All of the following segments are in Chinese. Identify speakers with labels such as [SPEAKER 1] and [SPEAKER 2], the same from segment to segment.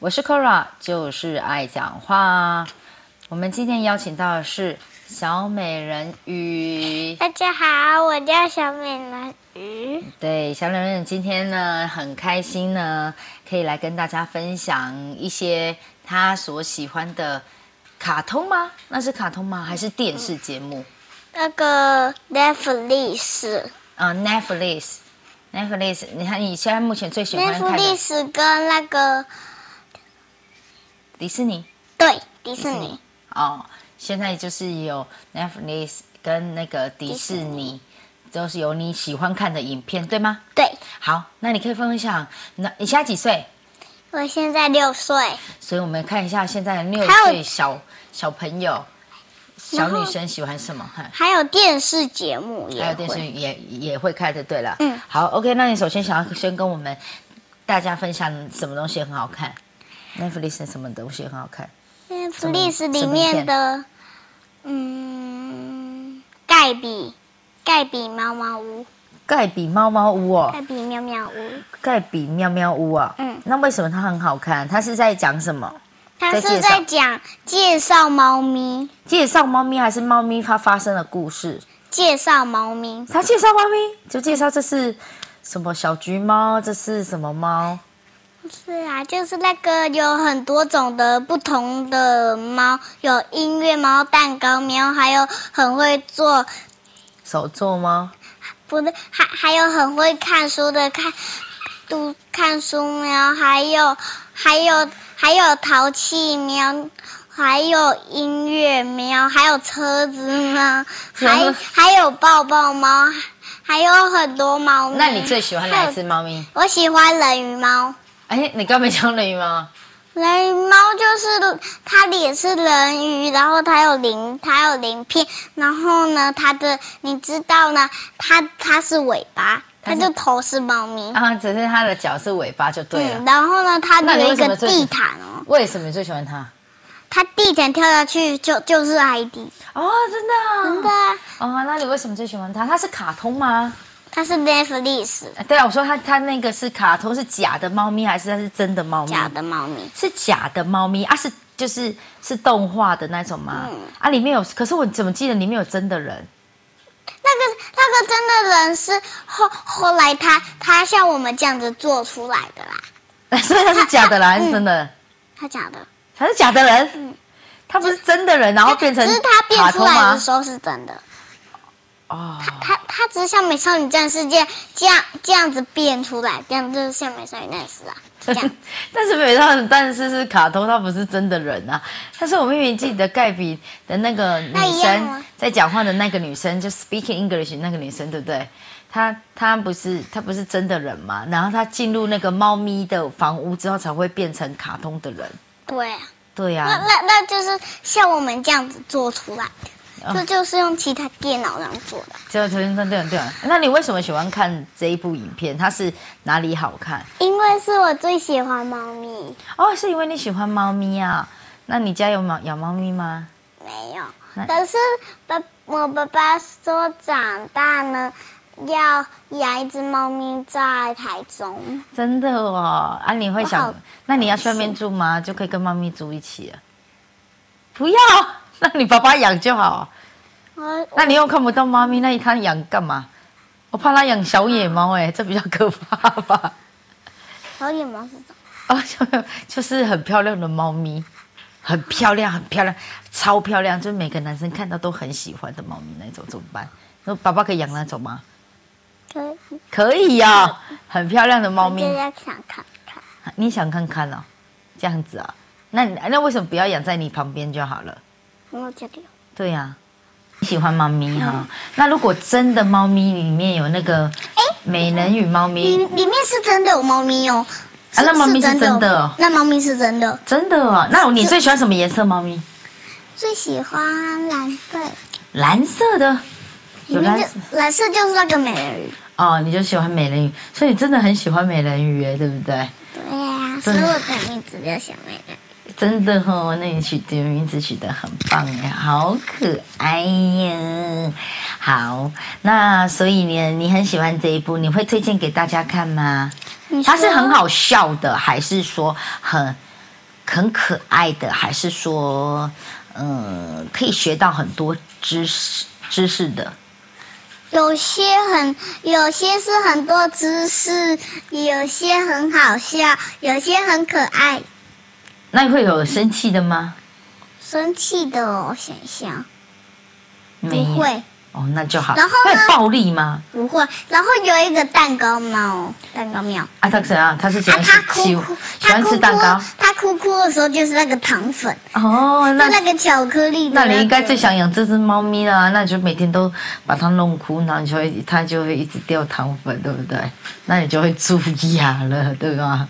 [SPEAKER 1] 我是 Kora，就是爱讲话。我们今天邀请到的是小美人鱼。
[SPEAKER 2] 大家好，我叫小美人鱼。
[SPEAKER 1] 对，小美人鱼今天呢很开心呢，可以来跟大家分享一些她所喜欢的卡通吗？那是卡通吗？还是电视节目？
[SPEAKER 2] 那个 Netflix
[SPEAKER 1] 啊、n e t f l i x n e t f l i x 你看你现在目前最喜欢看的
[SPEAKER 2] Netflix 跟那个
[SPEAKER 1] 迪士尼。
[SPEAKER 2] 对迪
[SPEAKER 1] 迪
[SPEAKER 2] 士
[SPEAKER 1] 士
[SPEAKER 2] 尼
[SPEAKER 1] 尼，哦，现在就是有 Netflix 跟那个迪士尼，都是有你喜欢看的影片，对吗？
[SPEAKER 2] 对
[SPEAKER 1] 好，那你可以分享，那你现在几岁？
[SPEAKER 2] 我现在六岁，
[SPEAKER 1] 所以我们看一下现在六
[SPEAKER 2] 还有
[SPEAKER 1] 岁小小朋友、小
[SPEAKER 2] 然后
[SPEAKER 1] 女生喜欢什么？哈，
[SPEAKER 2] 还有电视节目也
[SPEAKER 1] 还有电视
[SPEAKER 2] 会
[SPEAKER 1] 也也会看的，对了。
[SPEAKER 2] 嗯，
[SPEAKER 1] 好，OK，那你首先想要先跟我们大家分享什么东西很好看？Netflix 什么东西很好看？
[SPEAKER 2] Netflix
[SPEAKER 1] 什么
[SPEAKER 2] 里面的嗯盖比盖比猫猫屋，
[SPEAKER 1] 盖比猫猫屋哦。
[SPEAKER 2] 盖比喵喵屋，
[SPEAKER 1] 盖比喵喵屋啊，
[SPEAKER 2] 嗯
[SPEAKER 1] 那为什么它很好看？它是在讲什么？
[SPEAKER 2] 它
[SPEAKER 1] 在介
[SPEAKER 2] 是
[SPEAKER 1] 绍
[SPEAKER 2] 在讲介绍猫咪，
[SPEAKER 1] 介绍猫咪还是猫咪它发生的故事？
[SPEAKER 2] 介绍猫咪，
[SPEAKER 1] 它介绍猫咪，就介绍这是什么小橘猫，这是什么猫？
[SPEAKER 2] 是啊，就是那个有很多种的不同的猫，有音乐猫、蛋糕喵，还有很会做，
[SPEAKER 1] 手作猫，
[SPEAKER 2] 不对，还还有很会看书的看读看书喵，还有还有还有淘气喵。还有音乐喵，还有车子喵，还还有抱抱猫，还有很多猫咪。
[SPEAKER 1] 那你最喜欢哪一只猫咪？
[SPEAKER 2] 我喜欢人鱼猫。
[SPEAKER 1] 哎，你刚没讲人鱼猫，
[SPEAKER 2] 人鱼猫就是它也是人鱼，然后它有鳞，它有鳞片，然后呢，它的你知道呢，它它是尾巴，它
[SPEAKER 1] 它是
[SPEAKER 2] 就头是猫咪，
[SPEAKER 1] 啊，只是它的脚是尾巴就对啊了。
[SPEAKER 2] 嗯，然后呢，它
[SPEAKER 1] 那你
[SPEAKER 2] 有
[SPEAKER 1] 为
[SPEAKER 2] 一
[SPEAKER 1] 什么
[SPEAKER 2] 个
[SPEAKER 1] 最
[SPEAKER 2] 地毯哦，
[SPEAKER 1] 为什么你最喜欢它？
[SPEAKER 2] 它地毯跳下去就就是海底，
[SPEAKER 1] 哦，真的，
[SPEAKER 2] 真的啊，
[SPEAKER 1] 哦，那你为什么最喜欢它？它是卡通吗？
[SPEAKER 2] 它是 Netflix
[SPEAKER 1] 啊对啊，我说它它那个是卡通，是假的猫咪还是它是真的猫咪？
[SPEAKER 2] 假的猫咪，
[SPEAKER 1] 是假的猫咪啊，是就是是动画的那种吗？
[SPEAKER 2] 嗯
[SPEAKER 1] 啊，里面有，可是我怎么记得里面有真的人？
[SPEAKER 2] 那个那个真的人是后后来他他像我们这样子做出来的啦，
[SPEAKER 1] 所以他是假的人还是真的人？
[SPEAKER 2] 他假的，
[SPEAKER 1] 他是假的人，他不是真的人，然哦后变成
[SPEAKER 2] 嗯只是他变
[SPEAKER 1] 卡
[SPEAKER 2] 出
[SPEAKER 1] 通
[SPEAKER 2] 来
[SPEAKER 1] 吗
[SPEAKER 2] 的？时候是真的。
[SPEAKER 1] 哦，
[SPEAKER 2] 它它只是像美少女战士这样这样这样子变出来，这样就是像美少女战 士啊，这样
[SPEAKER 1] 但是美少女战士是卡通，他不是真的人啊。但是我明明记得盖比的那个女
[SPEAKER 2] 那一样啊
[SPEAKER 1] 生
[SPEAKER 2] 吗
[SPEAKER 1] 在讲话的那个女生，就 speaking English 那个女生，对不对？她她不是她不是真的人嘛？然后她进入那个猫咪的房屋之后，才会变成卡通的人。
[SPEAKER 2] 对啊，
[SPEAKER 1] 对呀、
[SPEAKER 2] 那那那就是像我们这样子做出来的，
[SPEAKER 1] 嗯
[SPEAKER 2] 这就是用其他电脑这样做的。
[SPEAKER 1] 就陈先生对对。那你为什么喜欢看这一部影片？它是哪里好看？
[SPEAKER 2] 因为是我最喜欢猫咪，
[SPEAKER 1] 哦，是因为你喜欢猫咪啊？那你家有猫养猫咪吗？
[SPEAKER 2] 没有
[SPEAKER 1] 那，
[SPEAKER 2] 可是爸我爸爸说长大呢要养一只猫咪在台中，
[SPEAKER 1] 真的哦，啊，你会
[SPEAKER 2] 我
[SPEAKER 1] 想
[SPEAKER 2] 好，
[SPEAKER 1] 那你要去外面住吗？就可以跟猫咪住一起了。不要，那你爸爸养就好。
[SPEAKER 2] 我
[SPEAKER 1] 那你又看不到猫咪，那他养干嘛？我怕他养小野猫，哎，这比较可怕吧？
[SPEAKER 2] 小野猫是什么？
[SPEAKER 1] 哦，就就是很漂亮的猫咪，很漂亮，很漂亮，超漂亮，就是每个男生看到都很喜欢的猫咪那种，怎么办？那爸爸可以养那种吗？
[SPEAKER 2] 可以，
[SPEAKER 1] 可以呀、很漂亮的猫咪
[SPEAKER 2] 大，家想看看。
[SPEAKER 1] 你想看看哦？这样子啊、那你那为什么不要养在你旁边就好了？
[SPEAKER 2] 我这里有
[SPEAKER 1] 对呀、你喜欢猫咪哈、那如果真的猫咪里面有那个美人鱼猫咪，
[SPEAKER 2] 里里面是真的有猫咪哦。
[SPEAKER 1] 啊那猫咪是真的
[SPEAKER 2] 有
[SPEAKER 1] 哦
[SPEAKER 2] 那猫咪是真的。
[SPEAKER 1] 真的哦，那你最喜欢什么颜色猫咪？
[SPEAKER 2] 最喜欢蓝色，
[SPEAKER 1] 蓝色的，有蓝色。
[SPEAKER 2] 就蓝色就是那个美人鱼。
[SPEAKER 1] 哦，你就喜欢美人鱼，所以你真的很喜欢美人鱼耶，对不对？
[SPEAKER 2] 对呀、所
[SPEAKER 1] 对
[SPEAKER 2] 以我的名字叫小美人。
[SPEAKER 1] 真的哦，那你取的名字取得很棒呀，好可爱呀！好，那所以呢，你很喜欢这一部，你会推荐给大家看吗？
[SPEAKER 2] 你说
[SPEAKER 1] 它是很，好笑的，还是说很很可爱的，还是说，嗯，可以学到很多知识知识的？
[SPEAKER 2] 有些很，有些是很多知识，有些很好笑，有些很可爱。
[SPEAKER 1] 那会有生气的吗？
[SPEAKER 2] 生气的哦，我想一下，
[SPEAKER 1] 没有
[SPEAKER 2] 不会，
[SPEAKER 1] 哦，那就好。
[SPEAKER 2] 然后
[SPEAKER 1] 会
[SPEAKER 2] 呢
[SPEAKER 1] 暴力吗？
[SPEAKER 2] 不会。然后有一个蛋糕猫，蛋糕喵，
[SPEAKER 1] 啊，他怎样？他是喜
[SPEAKER 2] 啊，
[SPEAKER 1] 欢吃
[SPEAKER 2] 它
[SPEAKER 1] 喜
[SPEAKER 2] 哭哭，
[SPEAKER 1] 喜
[SPEAKER 2] 它
[SPEAKER 1] 欢
[SPEAKER 2] 哭
[SPEAKER 1] 吃
[SPEAKER 2] 哭
[SPEAKER 1] 蛋糕，
[SPEAKER 2] 它哭哭的时候就是那个糖粉，
[SPEAKER 1] 哦，
[SPEAKER 2] 就
[SPEAKER 1] 那
[SPEAKER 2] 那个巧克力的、
[SPEAKER 1] 那
[SPEAKER 2] 那
[SPEAKER 1] 你应该
[SPEAKER 2] 个
[SPEAKER 1] 最想养这只猫咪啦，那你就每天都把它弄哭，然后你就会它就会一直掉糖粉，对不对？那你就会蛀牙了，对吧？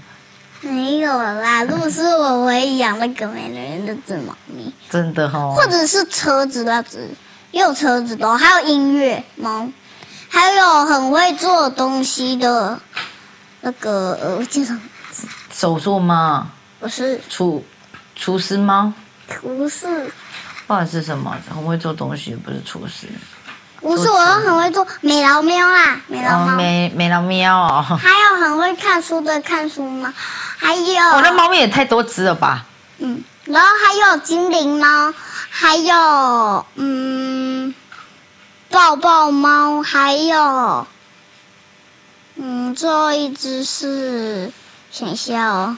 [SPEAKER 2] 没有啦。如果是我，我会养那个美人鱼那只猫咪，
[SPEAKER 1] 真的哦
[SPEAKER 2] 或。者是车子那只，也有车子的哦，还有音乐猫，还有很会做东西的那个呃，叫什么？
[SPEAKER 1] 手做吗？
[SPEAKER 2] 不是
[SPEAKER 1] 厨厨师猫，
[SPEAKER 2] 不是
[SPEAKER 1] 不管是什么，很会做东西，不是厨师。
[SPEAKER 2] 不
[SPEAKER 1] 做
[SPEAKER 2] 是，
[SPEAKER 1] 什
[SPEAKER 2] 我
[SPEAKER 1] 么
[SPEAKER 2] 很会做美劳喵啦，美劳
[SPEAKER 1] 哦，
[SPEAKER 2] 猫，
[SPEAKER 1] 没没了喵 哦。
[SPEAKER 2] 还有很会看书的看书猫，还有
[SPEAKER 1] 我哦那猫咪也太多只了吧？
[SPEAKER 2] 嗯，然后还有精灵猫，还有嗯，抱抱猫，还有嗯，最后一只是想一下哦，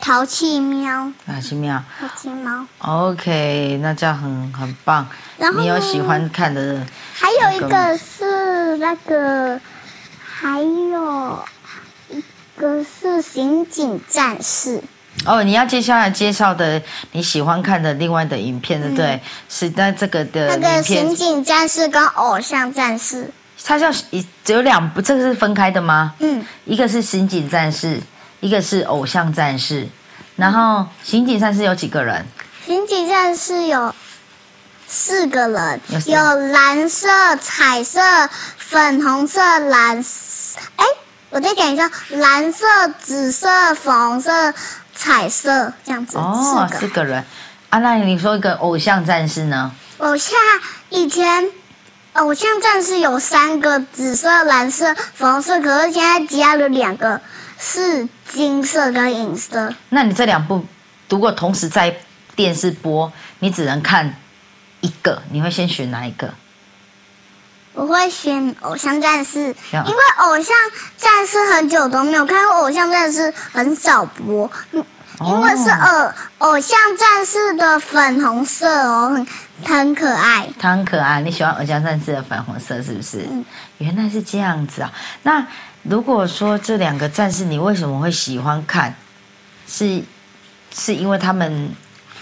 [SPEAKER 2] 淘气喵，
[SPEAKER 1] 啊，奇妙。
[SPEAKER 2] 淘气猫，
[SPEAKER 1] OK，那这样很很棒。
[SPEAKER 2] 然后
[SPEAKER 1] 你有
[SPEAKER 2] 呢
[SPEAKER 1] 喜欢看的
[SPEAKER 2] 还有一个是那个，还有一个是刑警战士，
[SPEAKER 1] 哦？你要接下来介绍的你喜欢看的另外的影片，对不对？是在这个的影
[SPEAKER 2] 嗯那个
[SPEAKER 1] 呃片
[SPEAKER 2] 刑，警战士跟偶像战士，
[SPEAKER 1] 它叫只有两部，这个是分开的吗？
[SPEAKER 2] 嗯，
[SPEAKER 1] 一个是刑警战士，一个是偶像战士。然后刑警战士有几个人？
[SPEAKER 2] 刑警战士有四个人
[SPEAKER 1] 有，四
[SPEAKER 2] 有蓝色、彩色、粉红色、蓝色，哎，我再讲一下，蓝色、紫色、粉红色、彩色这样子，
[SPEAKER 1] 哦，
[SPEAKER 2] 四
[SPEAKER 1] 四
[SPEAKER 2] 个。
[SPEAKER 1] 个人。啊，那你说一个偶像战士呢？
[SPEAKER 2] 偶像以前呃偶像战士有三个，紫色、蓝色、粉红色，可是现在加了两个，是金色跟银色。
[SPEAKER 1] 那你这两部如果同时在电视播，你只能看一个，你会先选哪一个？
[SPEAKER 2] 我会选偶像战士，因
[SPEAKER 1] 这样
[SPEAKER 2] 为偶像战士很久都没有看过，偶像战士很少播，嗯因为是
[SPEAKER 1] 哦，
[SPEAKER 2] 偶偶像战士的粉红色哦，很很可爱。
[SPEAKER 1] 它很可啊爱。你喜欢偶像战士的粉红色是不是？
[SPEAKER 2] 嗯
[SPEAKER 1] 原来是这样子啊。那如果说这两个战士，你为什么会喜欢看？是是因为他们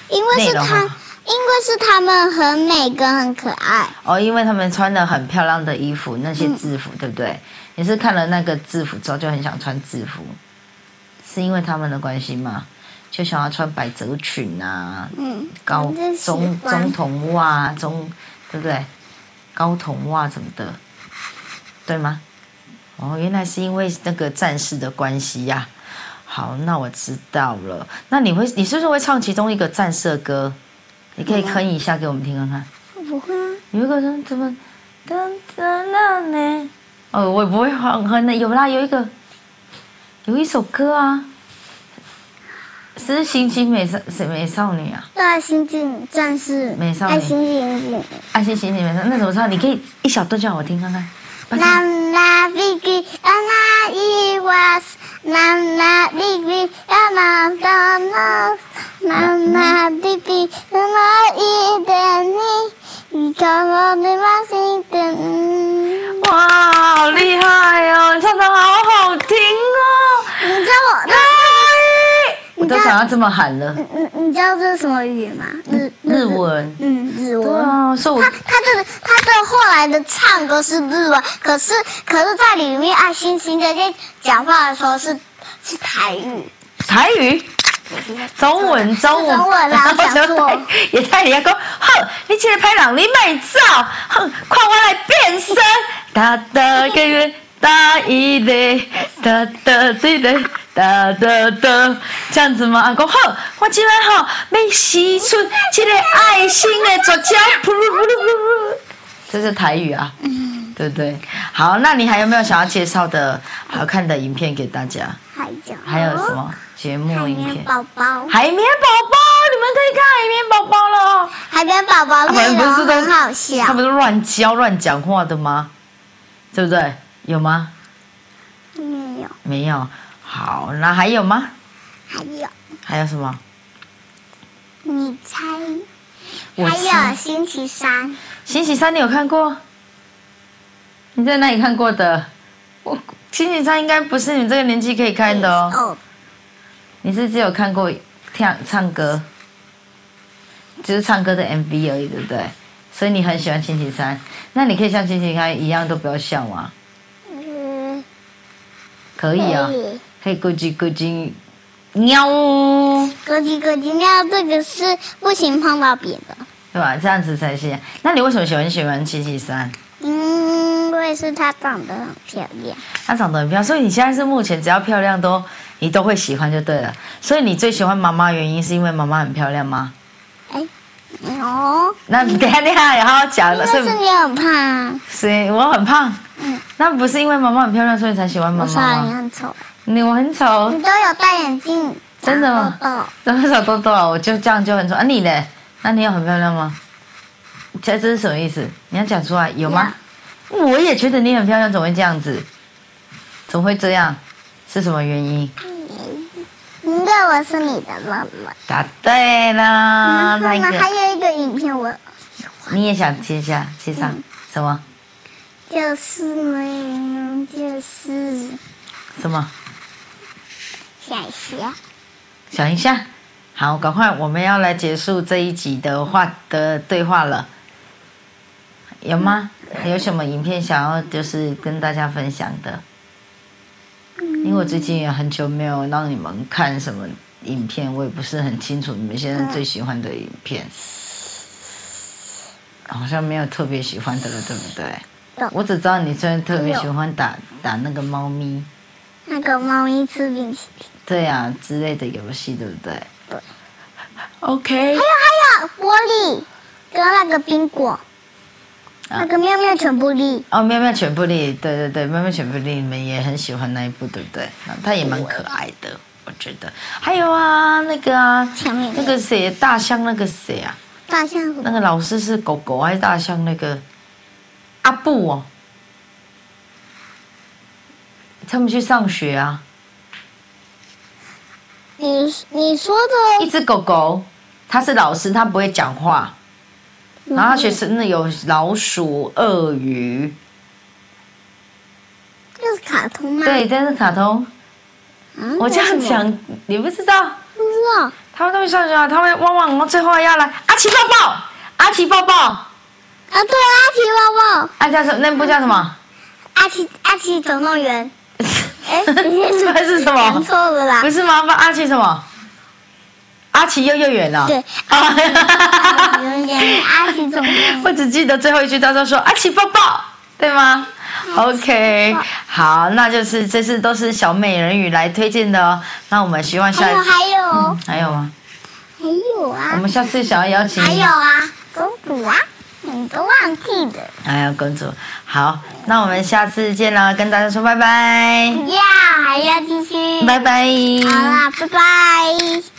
[SPEAKER 2] 因为
[SPEAKER 1] 内
[SPEAKER 2] 是
[SPEAKER 1] 容
[SPEAKER 2] 他，
[SPEAKER 1] 啊？
[SPEAKER 2] 因为是他们很美跟很可爱。
[SPEAKER 1] 哦，因为他们穿了很漂亮的衣服，那些制
[SPEAKER 2] 嗯
[SPEAKER 1] 服，对不对？你是看了那个制服之后就很想穿制服，是因为他们的关系吗？就想要穿百褶裙啊，
[SPEAKER 2] 嗯，
[SPEAKER 1] 高
[SPEAKER 2] 我就喜
[SPEAKER 1] 中
[SPEAKER 2] 欢
[SPEAKER 1] 中筒袜，中对不对？高筒袜什么的，对吗？哦，原来是因为那个战士的关系呀、好，那我知道了。那你会，你是不是会唱其中一个战士的歌？你可以哼一下给我们听看看。
[SPEAKER 2] 不会啊，
[SPEAKER 1] 有一个人怎么噔噔啦呢？哦，我也不会哼哼的。有啦，有一个，有一首歌啊，是《星星美少是美少女》啊，
[SPEAKER 2] 大猩猩战士，
[SPEAKER 1] 美少女
[SPEAKER 2] 爱心猩猩。
[SPEAKER 1] 《爱心星星美少女》那怎么唱？啊你可以一小段叫我听看看。拜托
[SPEAKER 2] 南拉比比阿拉伊瓦斯，南拉比比阿拉达纳，南拉比比阿拉伊德尼，你看我的马心灯。
[SPEAKER 1] 哇，好厉害哦！你唱的好好听哦。
[SPEAKER 2] 你知道我，
[SPEAKER 1] 我
[SPEAKER 2] 你知
[SPEAKER 1] 都想要
[SPEAKER 2] 道，
[SPEAKER 1] 这么喊了。
[SPEAKER 2] 你你知道这是什么语吗？嗯日
[SPEAKER 1] 日，文，
[SPEAKER 2] 嗯，日
[SPEAKER 1] 对
[SPEAKER 2] 文。
[SPEAKER 1] 啊，所以我
[SPEAKER 2] 他他的他的后来的唱歌是日文，可是可是在里面爱星星在讲话的时候是是台语。
[SPEAKER 1] 台语。中文，中文，
[SPEAKER 2] 嗯中 文啦，我想做。
[SPEAKER 1] 也太人家讲，哼，你这个歹人，你卖走，哼，看我来变身， 哒哒个月，哒一嘞， 哒哒滴嘞，哒哒哒，这样子吗？阿公，哼，我今晚吼要洗出这个爱心的左 脚，噗噜噗噜噗噜，这是台语啊，
[SPEAKER 2] 嗯
[SPEAKER 1] 对不对？好，那你还有没有想要介绍的好看的影片给大家？
[SPEAKER 2] 还还有
[SPEAKER 1] 还有什么节目
[SPEAKER 2] 海
[SPEAKER 1] 影
[SPEAKER 2] 绵
[SPEAKER 1] 片？
[SPEAKER 2] 宝宝，
[SPEAKER 1] 海绵宝宝，你们可以看海绵宝宝了。
[SPEAKER 2] 海绵宝宝
[SPEAKER 1] 他
[SPEAKER 2] 内
[SPEAKER 1] 啊们不
[SPEAKER 2] 容
[SPEAKER 1] 是都
[SPEAKER 2] 很好
[SPEAKER 1] 他
[SPEAKER 2] 笑
[SPEAKER 1] 们，都乱教乱讲话的吗？对不对？有吗？
[SPEAKER 2] 没有，
[SPEAKER 1] 没有。好，那还有吗？
[SPEAKER 2] 还有
[SPEAKER 1] 还有什么？
[SPEAKER 2] 你猜，
[SPEAKER 1] 我
[SPEAKER 2] 还
[SPEAKER 1] 猜
[SPEAKER 2] 有星期三，
[SPEAKER 1] 星期三你有看过？你在哪里看过的？我星期三应该不是你们这个年纪可以看的哦。
[SPEAKER 2] 哦，
[SPEAKER 1] 你是只有看过跳唱歌，就是唱歌的 MV 而已，对不对？所以你很喜欢星期三，那你可以像星期三一样都不要笑吗？
[SPEAKER 2] 嗯，
[SPEAKER 1] 可
[SPEAKER 2] 可
[SPEAKER 1] 以啊，
[SPEAKER 2] 以，
[SPEAKER 1] 可以咕叽咕叽，喵，
[SPEAKER 2] 咯叽咯叽喵，这个是不行碰到别的，
[SPEAKER 1] 对吧？这样子才行。那你为什么喜欢喜欢星期三？
[SPEAKER 2] 因为是它长得很漂亮，
[SPEAKER 1] 她长得很漂亮，所以你现在是目前只要漂亮都你都会喜欢就对了。所以你最喜欢妈妈的原因是因为妈妈很漂亮吗？
[SPEAKER 2] 哦，
[SPEAKER 1] 那等一下等一下也好好讲
[SPEAKER 2] 因
[SPEAKER 1] 了，
[SPEAKER 2] 为
[SPEAKER 1] 所以
[SPEAKER 2] 是你很胖，
[SPEAKER 1] 所以我很胖，
[SPEAKER 2] 嗯
[SPEAKER 1] 那不是因为妈妈很漂亮所以才喜欢妈
[SPEAKER 2] 我说
[SPEAKER 1] 妈
[SPEAKER 2] 你
[SPEAKER 1] 吗？
[SPEAKER 2] 很丑，
[SPEAKER 1] 你我很丑，
[SPEAKER 2] 你都有戴眼镜，
[SPEAKER 1] 真的吗
[SPEAKER 2] 长痘痘
[SPEAKER 1] 怎么小痘痘啊？我就这样就很丑啊！你嘞？那你有很漂亮吗？这这是什么意思？你要讲出来有吗？我也觉得你很漂亮，怎么会这样子？怎么会这样？是什么原因？
[SPEAKER 2] 因为我是嗯你的乐乐。
[SPEAKER 1] 答对啦，
[SPEAKER 2] 然后
[SPEAKER 1] 那
[SPEAKER 2] 呢，嗯还
[SPEAKER 1] 个
[SPEAKER 2] 有一个影片我
[SPEAKER 1] 你也想接下接上、什么
[SPEAKER 2] 就是呢，就是
[SPEAKER 1] 什么？
[SPEAKER 2] 小学，
[SPEAKER 1] 想一下，好，赶快，我们要来结束这一集的话的对话了。有吗？还有什么影片想要就是跟大家分享的？因为我最近也很久没有让你们看什么影片，我也不是很清楚你们现在最喜欢的影片，好像没有特别喜欢的了，对不对
[SPEAKER 2] 对？
[SPEAKER 1] 我只知道你最近特别喜欢打打那个猫咪。
[SPEAKER 2] 那个猫咪吃冰淇淋。
[SPEAKER 1] 对呀、之类的游戏，对不对？
[SPEAKER 2] 对。
[SPEAKER 1] OK
[SPEAKER 2] 还。有还有玻璃跟那个冰果，
[SPEAKER 1] 啊
[SPEAKER 2] 那个妙妙全部力，
[SPEAKER 1] 哦，喵喵犬布利，对对对，喵喵犬布利，你们也很喜欢那一部，对不对？那它也蛮可爱的，我觉得。还有啊，那个啊，
[SPEAKER 2] 前面
[SPEAKER 1] 那个谁，大象那个谁啊，
[SPEAKER 2] 大象
[SPEAKER 1] 那个老师是狗狗还是大象？那个阿布哦，他们去上学啊，
[SPEAKER 2] 你你说
[SPEAKER 1] 一
[SPEAKER 2] 的
[SPEAKER 1] 只狗狗，它是老师，它不会讲话，然
[SPEAKER 2] 啊
[SPEAKER 1] 后它学生那有老鼠、鳄鱼。
[SPEAKER 2] 就是卡通吗？
[SPEAKER 1] 对，但是卡通，
[SPEAKER 2] 嗯，
[SPEAKER 1] 我这样
[SPEAKER 2] 为嗯什么
[SPEAKER 1] 讲你不知道，
[SPEAKER 2] 不知道，
[SPEAKER 1] 他们都会上学啊，他们汪汪，我最后要来阿奇抱抱，阿奇抱抱，
[SPEAKER 2] 啊，对，阿奇抱抱，
[SPEAKER 1] 啊叫什么？那部叫什么？
[SPEAKER 2] 阿奇阿奇总动 员，哎，
[SPEAKER 1] 这是什么
[SPEAKER 2] 讲错了啦
[SPEAKER 1] 不，是吗？不阿奇什么？阿奇幼幼园啊。
[SPEAKER 2] 对，
[SPEAKER 1] 啊。
[SPEAKER 2] 有点阿奇总动员。
[SPEAKER 1] 我只记得最后一句，他说说阿奇抱抱，对吗？OK，好，那就是这次都是小美人鱼来推荐的哦。那我们希望下
[SPEAKER 2] 还
[SPEAKER 1] 一
[SPEAKER 2] 有
[SPEAKER 1] 次
[SPEAKER 2] 还有、
[SPEAKER 1] 还有吗？
[SPEAKER 2] 还有
[SPEAKER 1] 我
[SPEAKER 2] 啊，
[SPEAKER 1] 们下次想要邀请
[SPEAKER 2] 还有啊，公主啊，你都忘记了，
[SPEAKER 1] 哎呀，公主，好，那我们下次见啦，跟大家说拜拜，
[SPEAKER 2] 嗯要还要继续。
[SPEAKER 1] 嗯拜拜。
[SPEAKER 2] 好啦，拜拜。